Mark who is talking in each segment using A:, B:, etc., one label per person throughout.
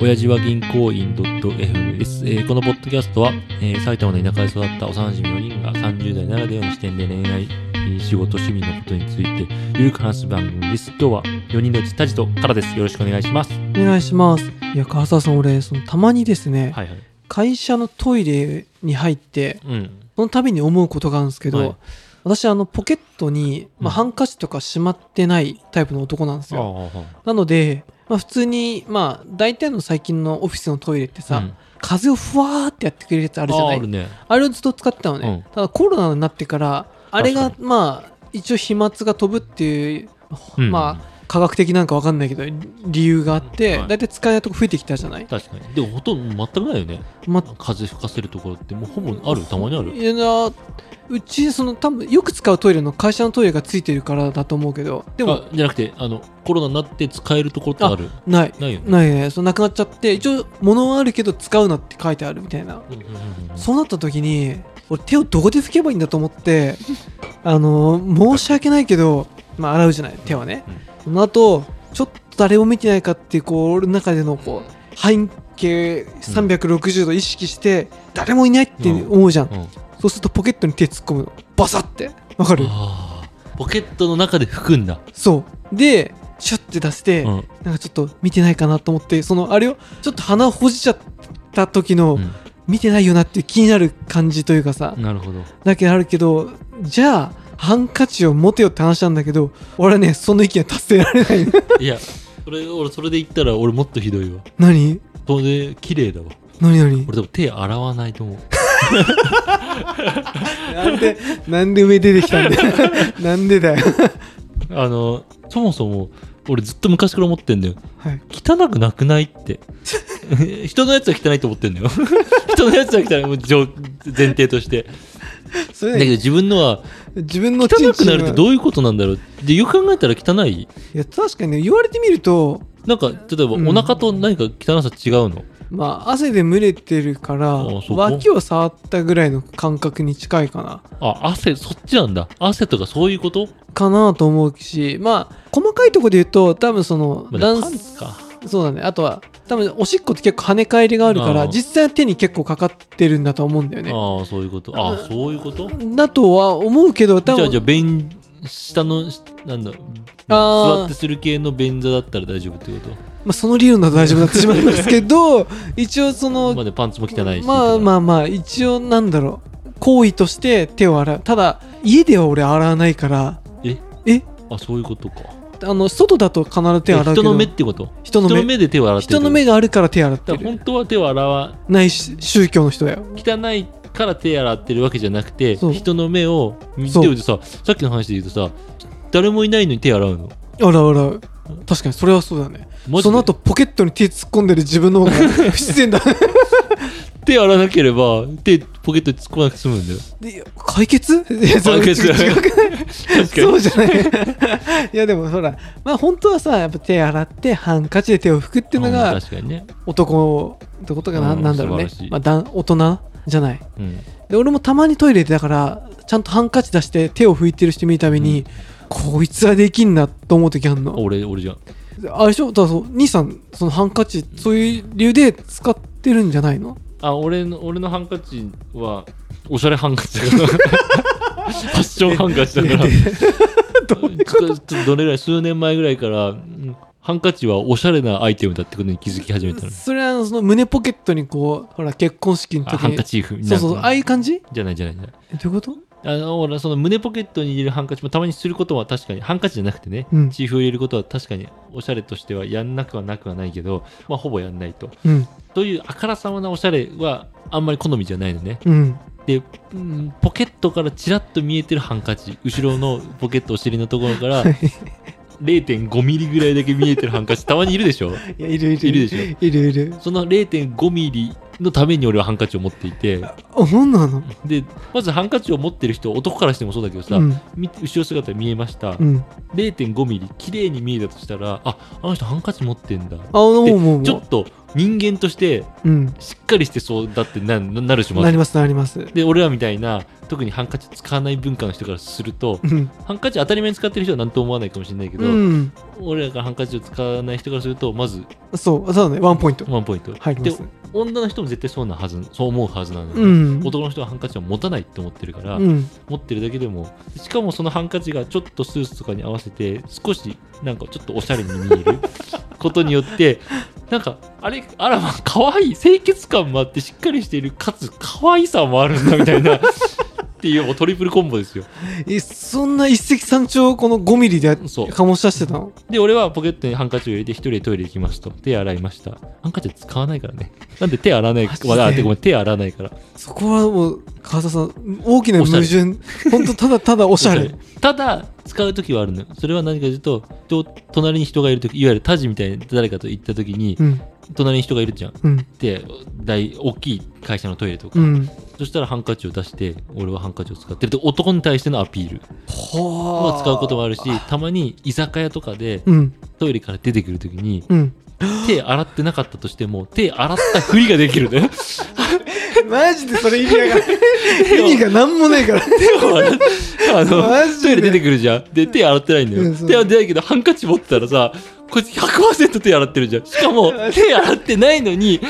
A: 親父は銀行員 .fm です、えーこのポッドキャストは、えー埼玉の田舎で育った幼馴染4人が30代ならではの視点で恋愛、えー仕事、趣味のことについてゆるく話す番組です。今日は4人のうちタジとからです。よろしくお願いします。
B: お願いしますいや川沢さん俺そのたまにですね、
A: はいはい。
B: 会社のトイレに入って
A: うん。
B: その度に思うことがあるんですけど、
A: はい
B: 私あのポケットに、
A: う
B: まあ、
A: ん
B: ハンカチとかしまってないタイプの男なんです
A: あ
B: よ、
A: あ
B: なので、まあ、普通にまあ大体の最近のオフィスのトイレってさ、
A: うん
B: 風をふわーってやってくれるやつあるじゃない
A: あるね。
B: あれをずっと使ってたのね、
A: う
B: ただコロナになってからあれが
A: 確
B: まあ一応飛沫が飛ぶっていう、
A: うん
B: まあ科学的なんか分かんないけど理由があって、
A: はい
B: だいたい使えないとこ増えてきたじゃない、
A: 確かに。でもほとんど全くないよね。
B: ま、
A: 風吹かせるところってもうほぼある。たまにある。
B: いやなうちその多分よく使うトイレの会社のトイレがついてるからだと思うけどでも
A: あじゃなくて、あの、コロナになって使えるところってある。
B: ない
A: ないよね。
B: ないねそのなくなっちゃって一応物はあるけど使うなって書いてあるみたいな、
A: うんうんうんうん
B: そうなった時に俺手をどこで拭けばいいんだと思って あの申し訳ないけどまあ洗うじゃない手はね、その後ちょっと誰も見てないかっていうこう俺の中でのこう半径360度意識して誰もいないって思うじゃん、
A: うんうん
B: そうするとポケットに手突っ込むのバサってわかる
A: あーポケットの中で吹くんだ。
B: そうでシュッて出し
A: う
B: て、
A: ん
B: なんかちょっと見てないかなと思ってそのあれをちょっと鼻をほじちゃった時の、
A: う
B: 見てないよなっていう気になる感じというかさ、
A: ん、なるほど。
B: だけどあるけどじゃあハンカチを持てよって話なんだけど俺はねその意見は達せられな い
A: いや、それ、俺、それで言ったら俺もっとひどいわ。
B: 何
A: それで、綺麗だわ。
B: 何何
A: 俺でも手洗わないと思う。
B: なんでなんで上出てきた んだよなんでだよ
A: あの、そもそも、俺ずっと昔から思ってんだよ。
B: はい
A: 汚くなくないって。 人のやつは汚いと思ってんだよ。 人のやつは汚いもう上、前提として。
B: それ
A: だけど
B: ね
A: 自分のは、
B: 自分の
A: 汚くなるって
B: う
A: どういうことなんだろう。で、よく考えたら汚い
B: いや確かにね言われてみると
A: なんか、例えば
B: うん
A: お腹と何か汚さ違うの、
B: まあ汗で蒸れてるから
A: あそうか
B: 脇を触ったぐらいの感覚に近いかな
A: あ、汗、そっちなんだ。汗とかそういうこと
B: かなと思うしまあ細かいところで言うと多分その
A: まあ
B: ダン
A: パン
B: ス
A: ツか。
B: そうだね。あとは、多分おしっこって結構跳ね返りがあるか
A: あ
B: ら、
A: ー
B: 実際は手に結構かかってるんだと思うんだよね。
A: ああ、そういうこと。ああ、そういうこと
B: だとは思うけど、多
A: じゃあ、
B: 分
A: じゃあ、便、下の、しなんだ、
B: あー
A: 座ってする系の便座だったら大丈夫ってこと
B: まあ、その理論だと大丈夫になってしまいますけ ど、一応その、
A: まあね、パンツも汚いし。
B: まあまあまあ、一応なんだろう、行為として手を洗う。ただ、家では俺洗わないから、
A: え
B: え
A: あ。そういうことか。
B: あの、外だと必ず手を洗うけ
A: 人
B: ど、
A: の目ってこと
B: 人の
A: 人
B: 目
A: の目で手を洗ってる。
B: 人の目があるから手洗って
A: だから
B: る。
A: 本当は手を洗わ、
B: ないし宗教の人だよ。
A: 汚いから手洗ってるわけじゃなくて、
B: そう
A: 人の目を見て
B: そう
A: おいてさ、さっきの話で言うとさ、誰もいないのに手洗うの。
B: あらあら。確かにそれはそうだね。
A: マジで
B: その後ポケットに手突っ込んでる自分の方が 不自 然だ
A: 手洗わなければ手ポケットに突っ込まなくて済むんだよ
B: で解決 いやそれ
A: 解決
B: 違う 違う
A: 確かに
B: そうじゃないい やでもほらまあ本当はさやっぱ手洗ってハンカチで手を拭くっていうの
A: う
B: が
A: ん確かにね、
B: 男ってことがな,、
A: うん
B: ん、なんだろうね
A: 素晴らしい、
B: まあ、だん大人じゃない
A: うん、
B: で俺もたまにトイレでだからちゃんとハンカチ出して手を拭いてる人見るために、こいつはできんなと思う時あん
A: あ
B: の
A: 俺俺じゃん
B: あれでしょだからそう兄さんそのハンカチそういう理由で使ってるんじ ゃないの
A: あ俺の俺のハンカチはおしゃれハンカチだからフ ァッションハンカチだからちょっとどれぐらい数年前ぐらいからうんハンカチはおしゃれなアイテムだってことに気づき始めたの
B: それはその胸ポケットにこうほら結婚式の時
A: あハン
B: に
A: カチーフ
B: そうそう
A: なん
B: あ
A: か
B: あいう感じ
A: じゃないじゃないじゃない
B: えどういうこと
A: あの俺その胸ポケットに入れるハンカチもたまにすることは確かにハンカチじゃなくてね、
B: うん
A: チーフを入れることは確かにおしゃれとしてはやんなくはなくはないけど、まあ、ほぼやんないと
B: うん
A: というあからさまなおしゃれはあんまり好みじゃないのね
B: うん
A: で、うんポケットからちらっと見えてるハンカチ後ろのポケットお尻のところ から
B: はい
A: 0.5ミリぐらいだけ見えてるハンカチたまにいるでしょ
B: いやいるいる
A: いるでし
B: ょいるいる
A: その0.5ミリのために俺はハンカチを持っていて
B: あそうなの
A: でまずハンカチを持ってる人男からしてもそうだけどさ、
B: うん
A: み後ろ姿見えました、
B: うん
A: 0.5ミリ綺麗に見えたとしたらああの人ハンカチ持ってんだ
B: あ思う思う思う
A: ちょっと人間として
B: うん
A: しっかりしてそうだってななるしま
B: な
A: す
B: りますなります
A: で俺らみたいな特にハンカチ使わない文化の人からすると
B: うん
A: ハンカチ当たり前に使ってる人は何とも思わないかもしれないけど、
B: うん
A: 俺らがハンカチを使わない人からするとまず
B: そうそうだねワンポイント
A: ワンポイント、
B: 入り
A: で
B: ます
A: 女の人も絶対そうなはずそう思うはずなのに、
B: うん
A: 男の人はハンカチは持たないって思ってるから、
B: うん
A: 持ってるだけでもしかもそのハンカチがちょっとスーツとかに合わせて少しなんかちょっとおしゃれに見え ることによってなんかあれあらま可愛い清潔感もあってしっかりしているかつ可愛さもあるんだみた いなっていうもうトリプルコンボですよ
B: えそんな一石三鳥をこの5ミリで
A: そう
B: 醸し出してたの
A: で俺はポケットにハンカチを入れて一人でトイレ行きますと手洗いましたハンカチは使わないからねなんで手洗わない
B: マジで
A: わあてごめん手洗わないから
B: そこはもう川田さん大きな矛盾本当ただただおしゃれ
A: ただ使う時はあるのよそれは何かというとと隣に人がいる時いわゆるタジみたいに誰かと行った時に
B: うん
A: 隣に人がいるじゃん
B: うん
A: で大大きい会社のトイレとか、
B: うん
A: そしたらハンカチを出して俺はハンカチを使ってるって男に対してのアピール
B: ほ
A: を使うこともあるしたまに居酒屋とかで
B: うん
A: トイレから出てくる時に
B: うん
A: 手洗ってなかったとしても手洗ったふりができるのよ
B: マジでそれ意味が意味が何もないから
A: 手を洗っ あ
B: マ
A: の
B: ジ
A: ト
B: で
A: イレ出てくるじゃんで手洗ってないんだよ、
B: うんそう
A: 手洗ってないけどハンカチ持ってたらさこいつ100%手洗ってるじゃんしか も手洗ってないのに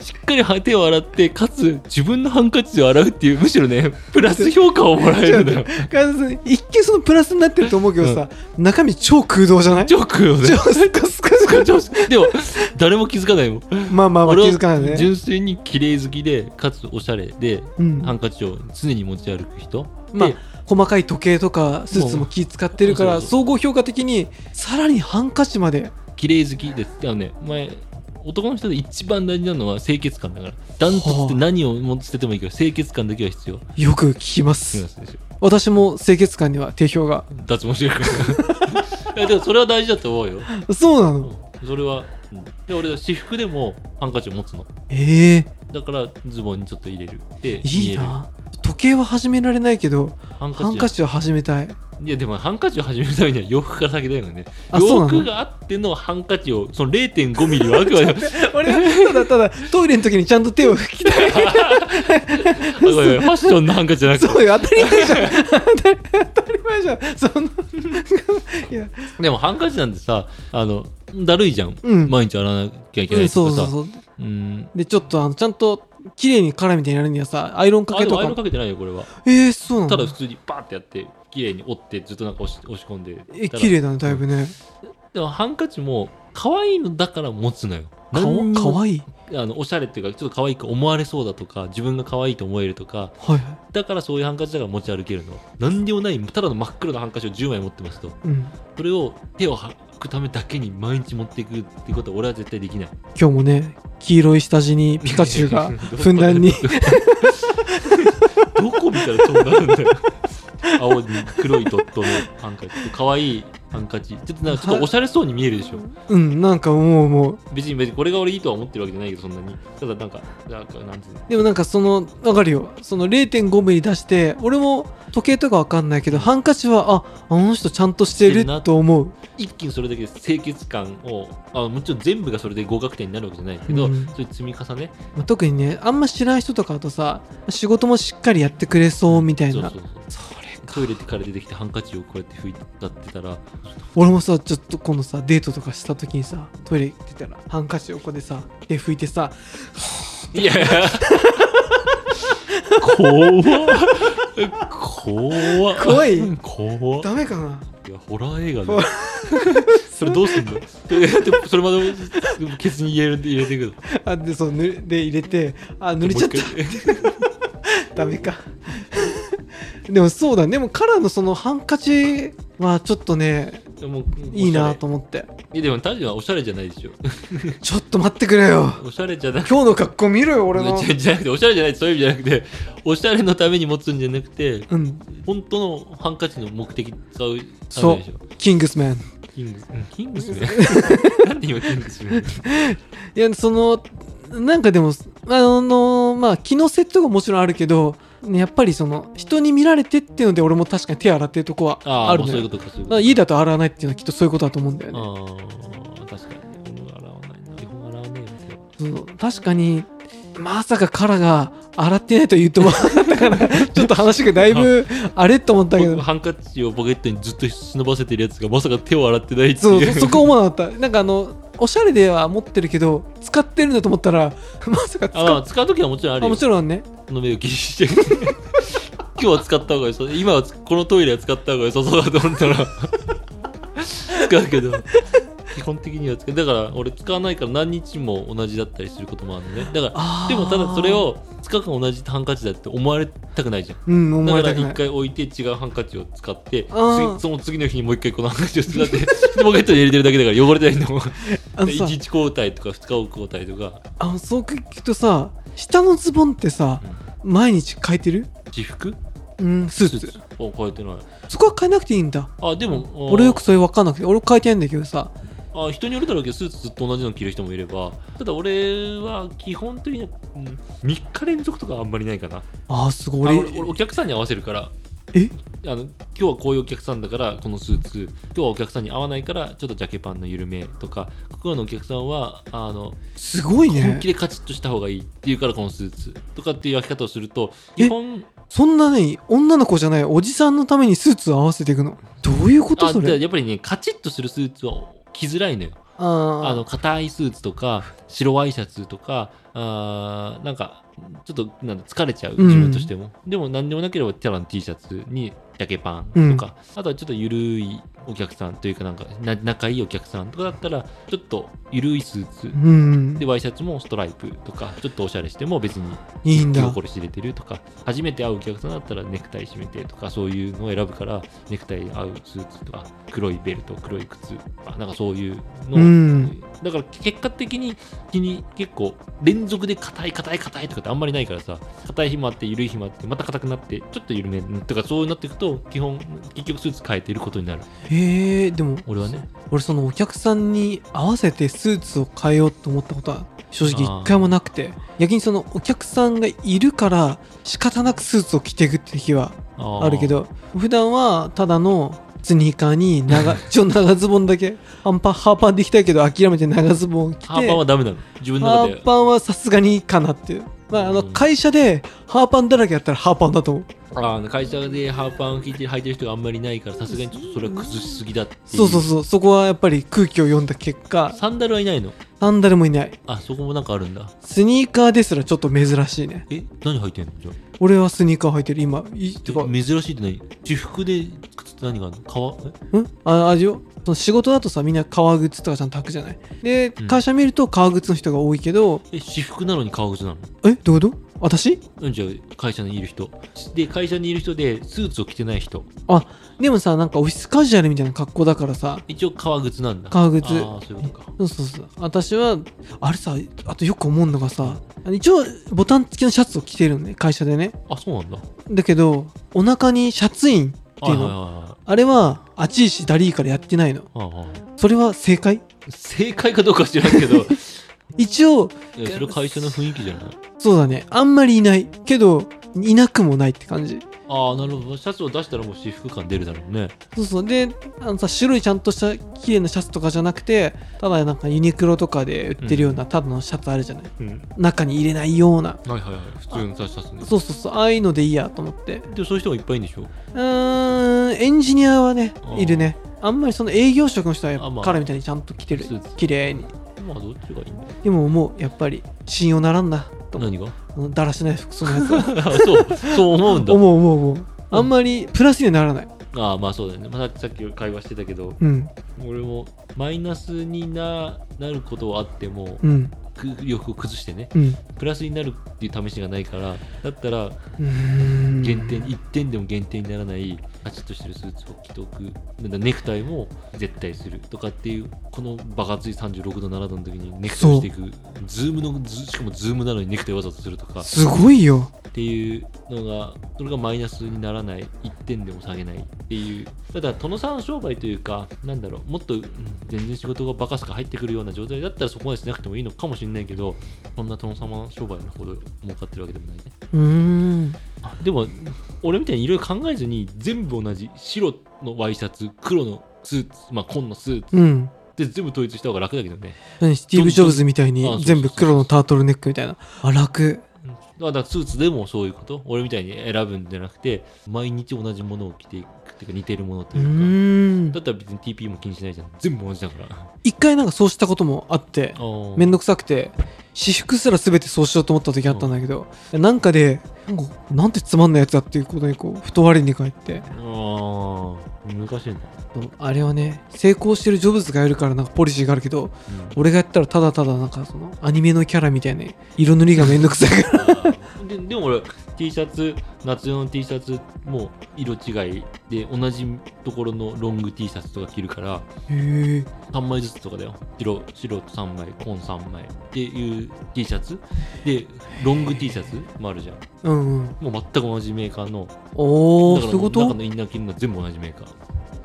A: しっかりは手を洗ってかつ自分のハンカチを洗うっていうむしろねプラス評価をもらえるんだよ
B: 川田さん一見そのプラスになってると思うけどさ中身超空洞じゃない
A: ジョークよ
B: 超
A: ね
B: スカスカスカ
A: でも誰も気づかないもん
B: まあまあまあ気
A: 俺
B: づかない
A: は
B: ね
A: 純粋に綺麗好きでかつおしゃれで
B: うん
A: ハンカチを常に持ち歩く人
B: まあ
A: で
B: 細かい時計とかスーツも気使ってるか
A: そ
B: ら
A: うそ
B: 総合評価的にさらにハンカチまで
A: 綺麗好きですあのね前男の人で一番大事なのは清潔感だからダントツって何をも捨ててもいいけど清潔感だけは必要
B: よく聞きま
A: そうなん
B: す
A: ですよ
B: 私も清潔感には定評が
A: 脱毛してるから いやでもそれは大事だと思うよ
B: そうなの
A: うんそれは、うんで俺は私服でもハンカチを持つの
B: ええ
A: だからズボンにちょっと入れるで見
B: い
A: え
B: い
A: る
B: な時計は始められないけど
A: ハンカチ
B: ハンカチは始めたい
A: いやでもハンカチを始めるためには洋服から先だよね
B: あそう
A: 洋
B: なの
A: 服があってのハンカチをその0 5ミリはあくま でも
B: 俺はただただトイレの時にちゃんと手を拭きたい
A: あごめんごめんファッションのハンカチじゃなく
B: そうよ当たり前じ ゃん当たり当たり前じゃんそんないや
A: てでもハンカチなんてさあのだるいじゃん、
B: うん
A: 毎日洗わなきゃいけ
B: う
A: なんいと
B: そ
A: か
B: う
A: さ
B: そうそう
A: うん
B: でちょっとあのちゃんと綺麗に絡みたいになるにはさアイロンか
A: あ
B: け
A: で
B: と
A: もアイロン
B: か
A: かけてないよこれは
B: えー、そうなん
A: ただ
B: だ
A: 普通にバーってやって綺麗に折ってずっとなんか押し押し込んで
B: え綺麗だねだいぶね
A: でもハンカチも可愛いのだから持つのよ。
B: か
A: 何にも
B: かわいい
A: あのおしゃれっていうかちょっと可愛いく思われそうだとか自分が可愛いと思えるとか
B: はいは
A: だからそういうハンカチだから持ち歩けるの何でもないただの真っ黒なハンカチを10枚持ってますと
B: い、うん、
A: それを手を履くためだけに毎日持っていくっていうことは俺は絶対できない
B: 今日もね黄色い下地にピカチュウが
A: どこで
B: ふんだんに
A: どこ見たらそうなるんだよ青に黒いドットのハンカチ可愛いハンカチちょっとなんかちょっとおしゃれそうに見えるでしょ
B: うんなんかもうもう
A: 別に別にこれが俺いいとは思ってるわけじゃないけどそんなにただなんかなんかなんていうの
B: でもなんかそのわかるよその0 5ミリ出して俺も時計とかわかんないけどハンカチはああの人ちゃんとして
A: して
B: る
A: るな
B: と思う
A: 一気にそれだけで清潔感をあもちろん全部がそれで合格点になるわけじゃないけど、
B: うん
A: そういう積み重ね
B: まあ特にねあんま知らない人とかだとさ仕事もしっかりやってくれそうみたい
A: そう
B: な
A: そうそう
B: それ
A: トイレから出てきてハンカチをこうやって拭いたってたら
B: 俺もさちょっと今度さデートとかした時にさトイレ行ってたらハンカチをここでさ手拭いてさ
A: いや怖っ怖っ
B: 怖い
A: 怖っ
B: ダメかない
A: やホラー映画
B: ホ
A: だ
B: ラ
A: それどうすんの それそれまでもケツに入れる入れていくの
B: あでそうぬで入れてあ濡れちゃっ
A: もう一回
B: たダメかでもそうだねでもカラーのそのハンカチはちょっとね
A: で も
B: いいなと思って
A: いやでもタジはおしゃれじゃないで しょ
B: ちょっと待ってくれよ
A: おしゃれじゃなくて
B: 今日の格好見ろよ俺の
A: 違うじゃな くておしゃれじゃないそういう意味じゃなくておしゃれのために持つんじゃなくて
B: うん
A: 本当のハンカチの目的使うた
B: そ
A: め
B: う
A: でしょ
B: キングスマン
A: キングスキングス ね なんで今キングスね
B: いやそのなんかでもあのまあ気のセットがもちろんあるけどねやっぱりその人に見られてっていうので俺も確かに手洗ってるとこは
A: あ
B: あ
A: あ
B: る
A: もう
B: の
A: そういう
B: よ
A: ことかそういう
B: だ
A: こと
B: か
A: か
B: ら家だと洗わないっていうのはきっとそういうことだと思うんだよ
A: あ
B: ね
A: あ確かに日本が洗わないな日本が洗わないですよ
B: その確かにまさかカラが洗ってないと言うとはだ からちょっと話がだいぶあれと思ったけ
A: 僕
B: ど
A: ハンカチをポケットにずっと忍ばせてるやつがまさか手を洗ってないって
B: そう
A: いう
B: そこ思わなかったなんかあのおしゃれでは持ってるけど使ってるんだと思ったら まさか使
A: あまあ
B: う
A: 使う時はもちろんある
B: あ
A: よ
B: もちろんね
A: の目を気にして今日は使った方が良さ今はこのトイレは使った方が良さそうだと思ったら使うけど基本的には使うだから俺使わないから何日も同じだったりすることもあるのねだから
B: あー
A: でもただそれを使うか同じハンカチだって思われたくないじゃん
B: うん思わ
A: だ
B: れ
A: から
B: た
A: 一
B: くな
A: 回
B: い
A: 置いて違うハンカチを使って次
B: あー
A: その次の日にもう一回このハンカチを使ってポケットに入れてるだけだから汚れてないんだもん
B: あの
A: 1
B: さ
A: 日交代とか2日交代とか
B: あのそう聞くとさ下のズボンってさ毎日変えてる
A: 自服
B: うんスーツ
A: を変えてない
B: そこは変えなくていいんだ
A: あでもあー
B: 俺よくそれ分かんなくて俺変えてないんだけどさ
A: あ人によるだろうけどスーツずっと同じの着る人もいればただ俺は基本的には、うん、3日連続とかあんまりないかな
B: あーすご
A: あ
B: い
A: 俺
B: 俺
A: 俺お客さんに合わせるから
B: え
A: あの今日はこういうお客さんだからこのスーツ今日はお客さんに合わないからちょっとジャケパンの緩めとかここのお客さんはあの
B: すごい
A: 本
B: ね
A: 気でカチッとした方がいいっていうからこのスーツとかっていう開き方をすると
B: え
A: 基本
B: そんなに女の子じゃないおじさんのためにスーツを合わせていくのどういうこと
A: あ
B: そ
A: で
B: れ
A: やっぱりねカチッとするスーツは着づらいのよ
B: あー
A: あの硬いスーツとか白ワイシャツとかあーなんかちょっとなんだ疲れちゃう
B: うん
A: 自分としても、でも何でもなければテラの T シャツにジャケパンとか、あとはちょっとゆるいお客さんというかなんかな仲いいお客さんとかだったらちょっとゆるいスーツ
B: うん
A: でワイシャツもストライプとかちょっとおしゃれしても別に
B: いいん
A: 着
B: だ
A: 心地入れてるとか初めて会うお客さんだったらネクタイ締めてとかそういうのを選ぶからネクタイ合うスーツとか黒いベルト黒い靴あなんかそういうのを
B: うん
A: だから結果的に気に結構連続で硬い硬い硬いとかってあんまりないからさ硬い日もあって緩い日もあってまた硬くなってちょっと緩めとかそうなっていくと基本結局スーツ変えてることになる
B: へえでも
A: 俺はね
B: 俺そのお客さんに合わせてスーツを変えようと思ったことは正直一回もなくて逆にそのお客さんがいるから仕方なくスーツを着ていくっていう日は
A: あー
B: あるけど普段はただのスニーカーに 長ちょ長ズボンだけハンパハーパンできたいけど諦めて長ズボンを着て
A: ハーパンはダメなの自分の
B: ハ
A: 中
B: ー
A: で
B: パンはさすがにいいかなっていう、まあ、あの
A: うん
B: 会社でハーパンだらけやったらハーパンだと思う
A: あー会社でハーパンを聞いて履いてる人があんまりいないからさすがにちょっとそれは崩しすぎだってい
B: そうそうそうそこはやっぱり空気を読んだ結果
A: サンダルはいないの
B: サンダルもいない
A: あそこもなんかあるんだ
B: スニーカーですらちょっと珍しいね
A: え何履いてんのじゃあ
B: 俺はスニーカー履いてる今いいてかん
A: え珍しいって何私服で靴って何があるの革え
B: ああれよその仕事だとさみんな革靴とかちゃんと履くじゃないで
A: うん
B: 会社見ると革靴の人が多いけど、
A: え私服なのに革靴なの
B: えどういうこと私
A: うんじゃあ会社にいる人で会社にいる人でスーツを着てない人
B: あでもさなんかオフィスカジュアルみたいな格好だからさ
A: 一応革靴なんだ
B: 革靴
A: ああそういうことか
B: そうそうそう私はあれさあとよく思うのがさ一応ボタン付きのシャツを着てるのね会社でね
A: あそうなんだ
B: だけどお腹にシャツインっていうの、
A: は
B: あれはあちいしダリーからやってないの
A: いはいはいはいはい
B: それは正解
A: 正解かどうかは知らんけ どい
B: 一応
A: やそれ会社の雰囲気じゃない
B: そうだねあんまりいないけどいなくもないって感じ
A: ああなるほどシャツを出したらもう私服感出るだろうね
B: そうそうであのさ白いちゃんとした綺麗なシャツとかじゃなくてただなんかユニクロとかで売ってるようなただのシャツあるじゃない、
A: うん
B: 中に入れないような
A: はいはいはい普通のシャツね
B: そうそうそうああいうのでいいやと思って
A: でもそういう人がいっぱいいるんでしょ
B: うーんエンジニアはね
A: あー
B: いるねあんまりその営業職の人はやっ
A: あま
B: ぱ
A: あ
B: 彼みたいにちゃんと着てる
A: スーツ
B: 綺麗に
A: まあどっちがいいんだ
B: でももうやっぱり信用ならんなと思う
A: 何が
B: あのだらしない服装のやつは
A: あ そうそう思うんだ
B: 思う思う思うあんまりプラスにはならない
A: ああまあそうだよね、まあ、さっき会話してたけど
B: うん
A: 俺もマイナスにななることはあっても
B: うん
A: く洋服を崩してね
B: うん
A: プラスになるっていう試しがないからだったら
B: うーん
A: 減点、1点でも減点にならないカチッとしてるスーツを着ておくなんだネクタイも絶対するとかっていうこのバカつい36度7度の時にネクタイをしていくズームのズしかもズームなのにネクタイわざとするとか
B: すごいよ
A: っていうのがそれがマイナスにならない1点でも下げないっていうただ殿さん商売というかなんだろうもっとうん全然仕事がバカすか入ってくるような状態だったらそこまでしなくてもいいのかもしれないけどそんな殿様商売のほど儲かってるわけでもないね
B: うーん
A: でも俺みたいにいろいろ考えずに全部同じ白のワイシャツ黒のスーツまあ紺のスーツ
B: うん
A: って全部統一した方が楽だけどね。
B: 何スティーブ・ジョブズみ
A: あ
B: たい
A: そうそう
B: に
A: そう
B: 全部黒のタートルネックみたいな。あ、楽。
A: だからだからスーツでもそういうこと俺みたいに選ぶんじゃなくて毎日同じものを着ていくっていうか似てるものと
B: う
A: いうか
B: ーん
A: だ。ったら別に TP も気にしないじゃん全部同じだから
B: 一回なんかそうしたこともあって、めんどくさくて、私服すら全てそうしようと思った時あったんだけど、なんかで、なんかなんてつまんないやつだっていうことにこう、ふと我に返って、
A: あー難しいな、
B: あれはね、成功してるジョブズがやるからなんかポリシーがあるけど、
A: うん
B: 俺がやったらただただなんかそのアニメのキャラみたいな色塗りがめんどくさいから。
A: で でも俺 T シャツ夏用の T シャツも色違いで同じところのロング T シャツとか着るから
B: へえ。
A: 3枚ずつとかだよ白白と3枚紺3枚っていう T シャツでロング T シャツもあるじゃん
B: うんうん。
A: もう全く同じメーカーの
B: おー、
A: だか
B: そう
A: ら
B: いうこ
A: 中
B: と
A: のインナー着るのは全部同じメーカー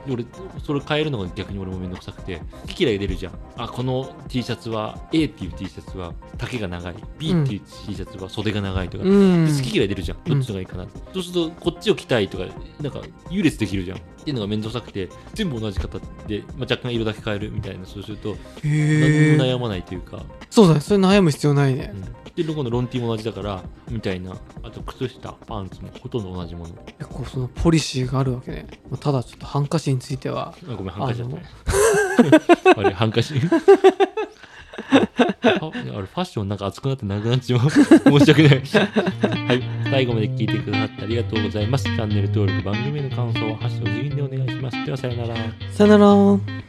A: で俺それ変えるのが逆に俺もめんどくさくて好き嫌い出るじゃんあこの T シャツは A っていう T シャツは丈が長い B っていう T シャツは袖が長いとか、
B: うん。
A: で好き嫌い出るじゃんどっちのがいいかな、そうするとこっちを着たいとかなんか優劣できるじゃんっていうのが面倒くさくて全部同じ方で、まあ、若干色だけ変えるみたいなそうすると
B: へ
A: 何も
B: え。
A: 悩まないというか、
B: そうだね。それ悩む必要ないね
A: う。ん、で今度ロンティも同じだからみたいなあと靴下パンツもほとんど同じもの
B: 結構そのポリシーがあるわけね。まあただちょっとハンカチについては、
A: あごめん、ハンカチだったね。 あれ、ハンカチ。ああれ、ファッションなんか熱くなってなくなっちまう。申 し訳ない。はい。最後まで聞いてくださってありがとうございます。チャンネル登録、番組への感想は、ハッシュタグでお願いします。では、さようなら。
B: さよなら。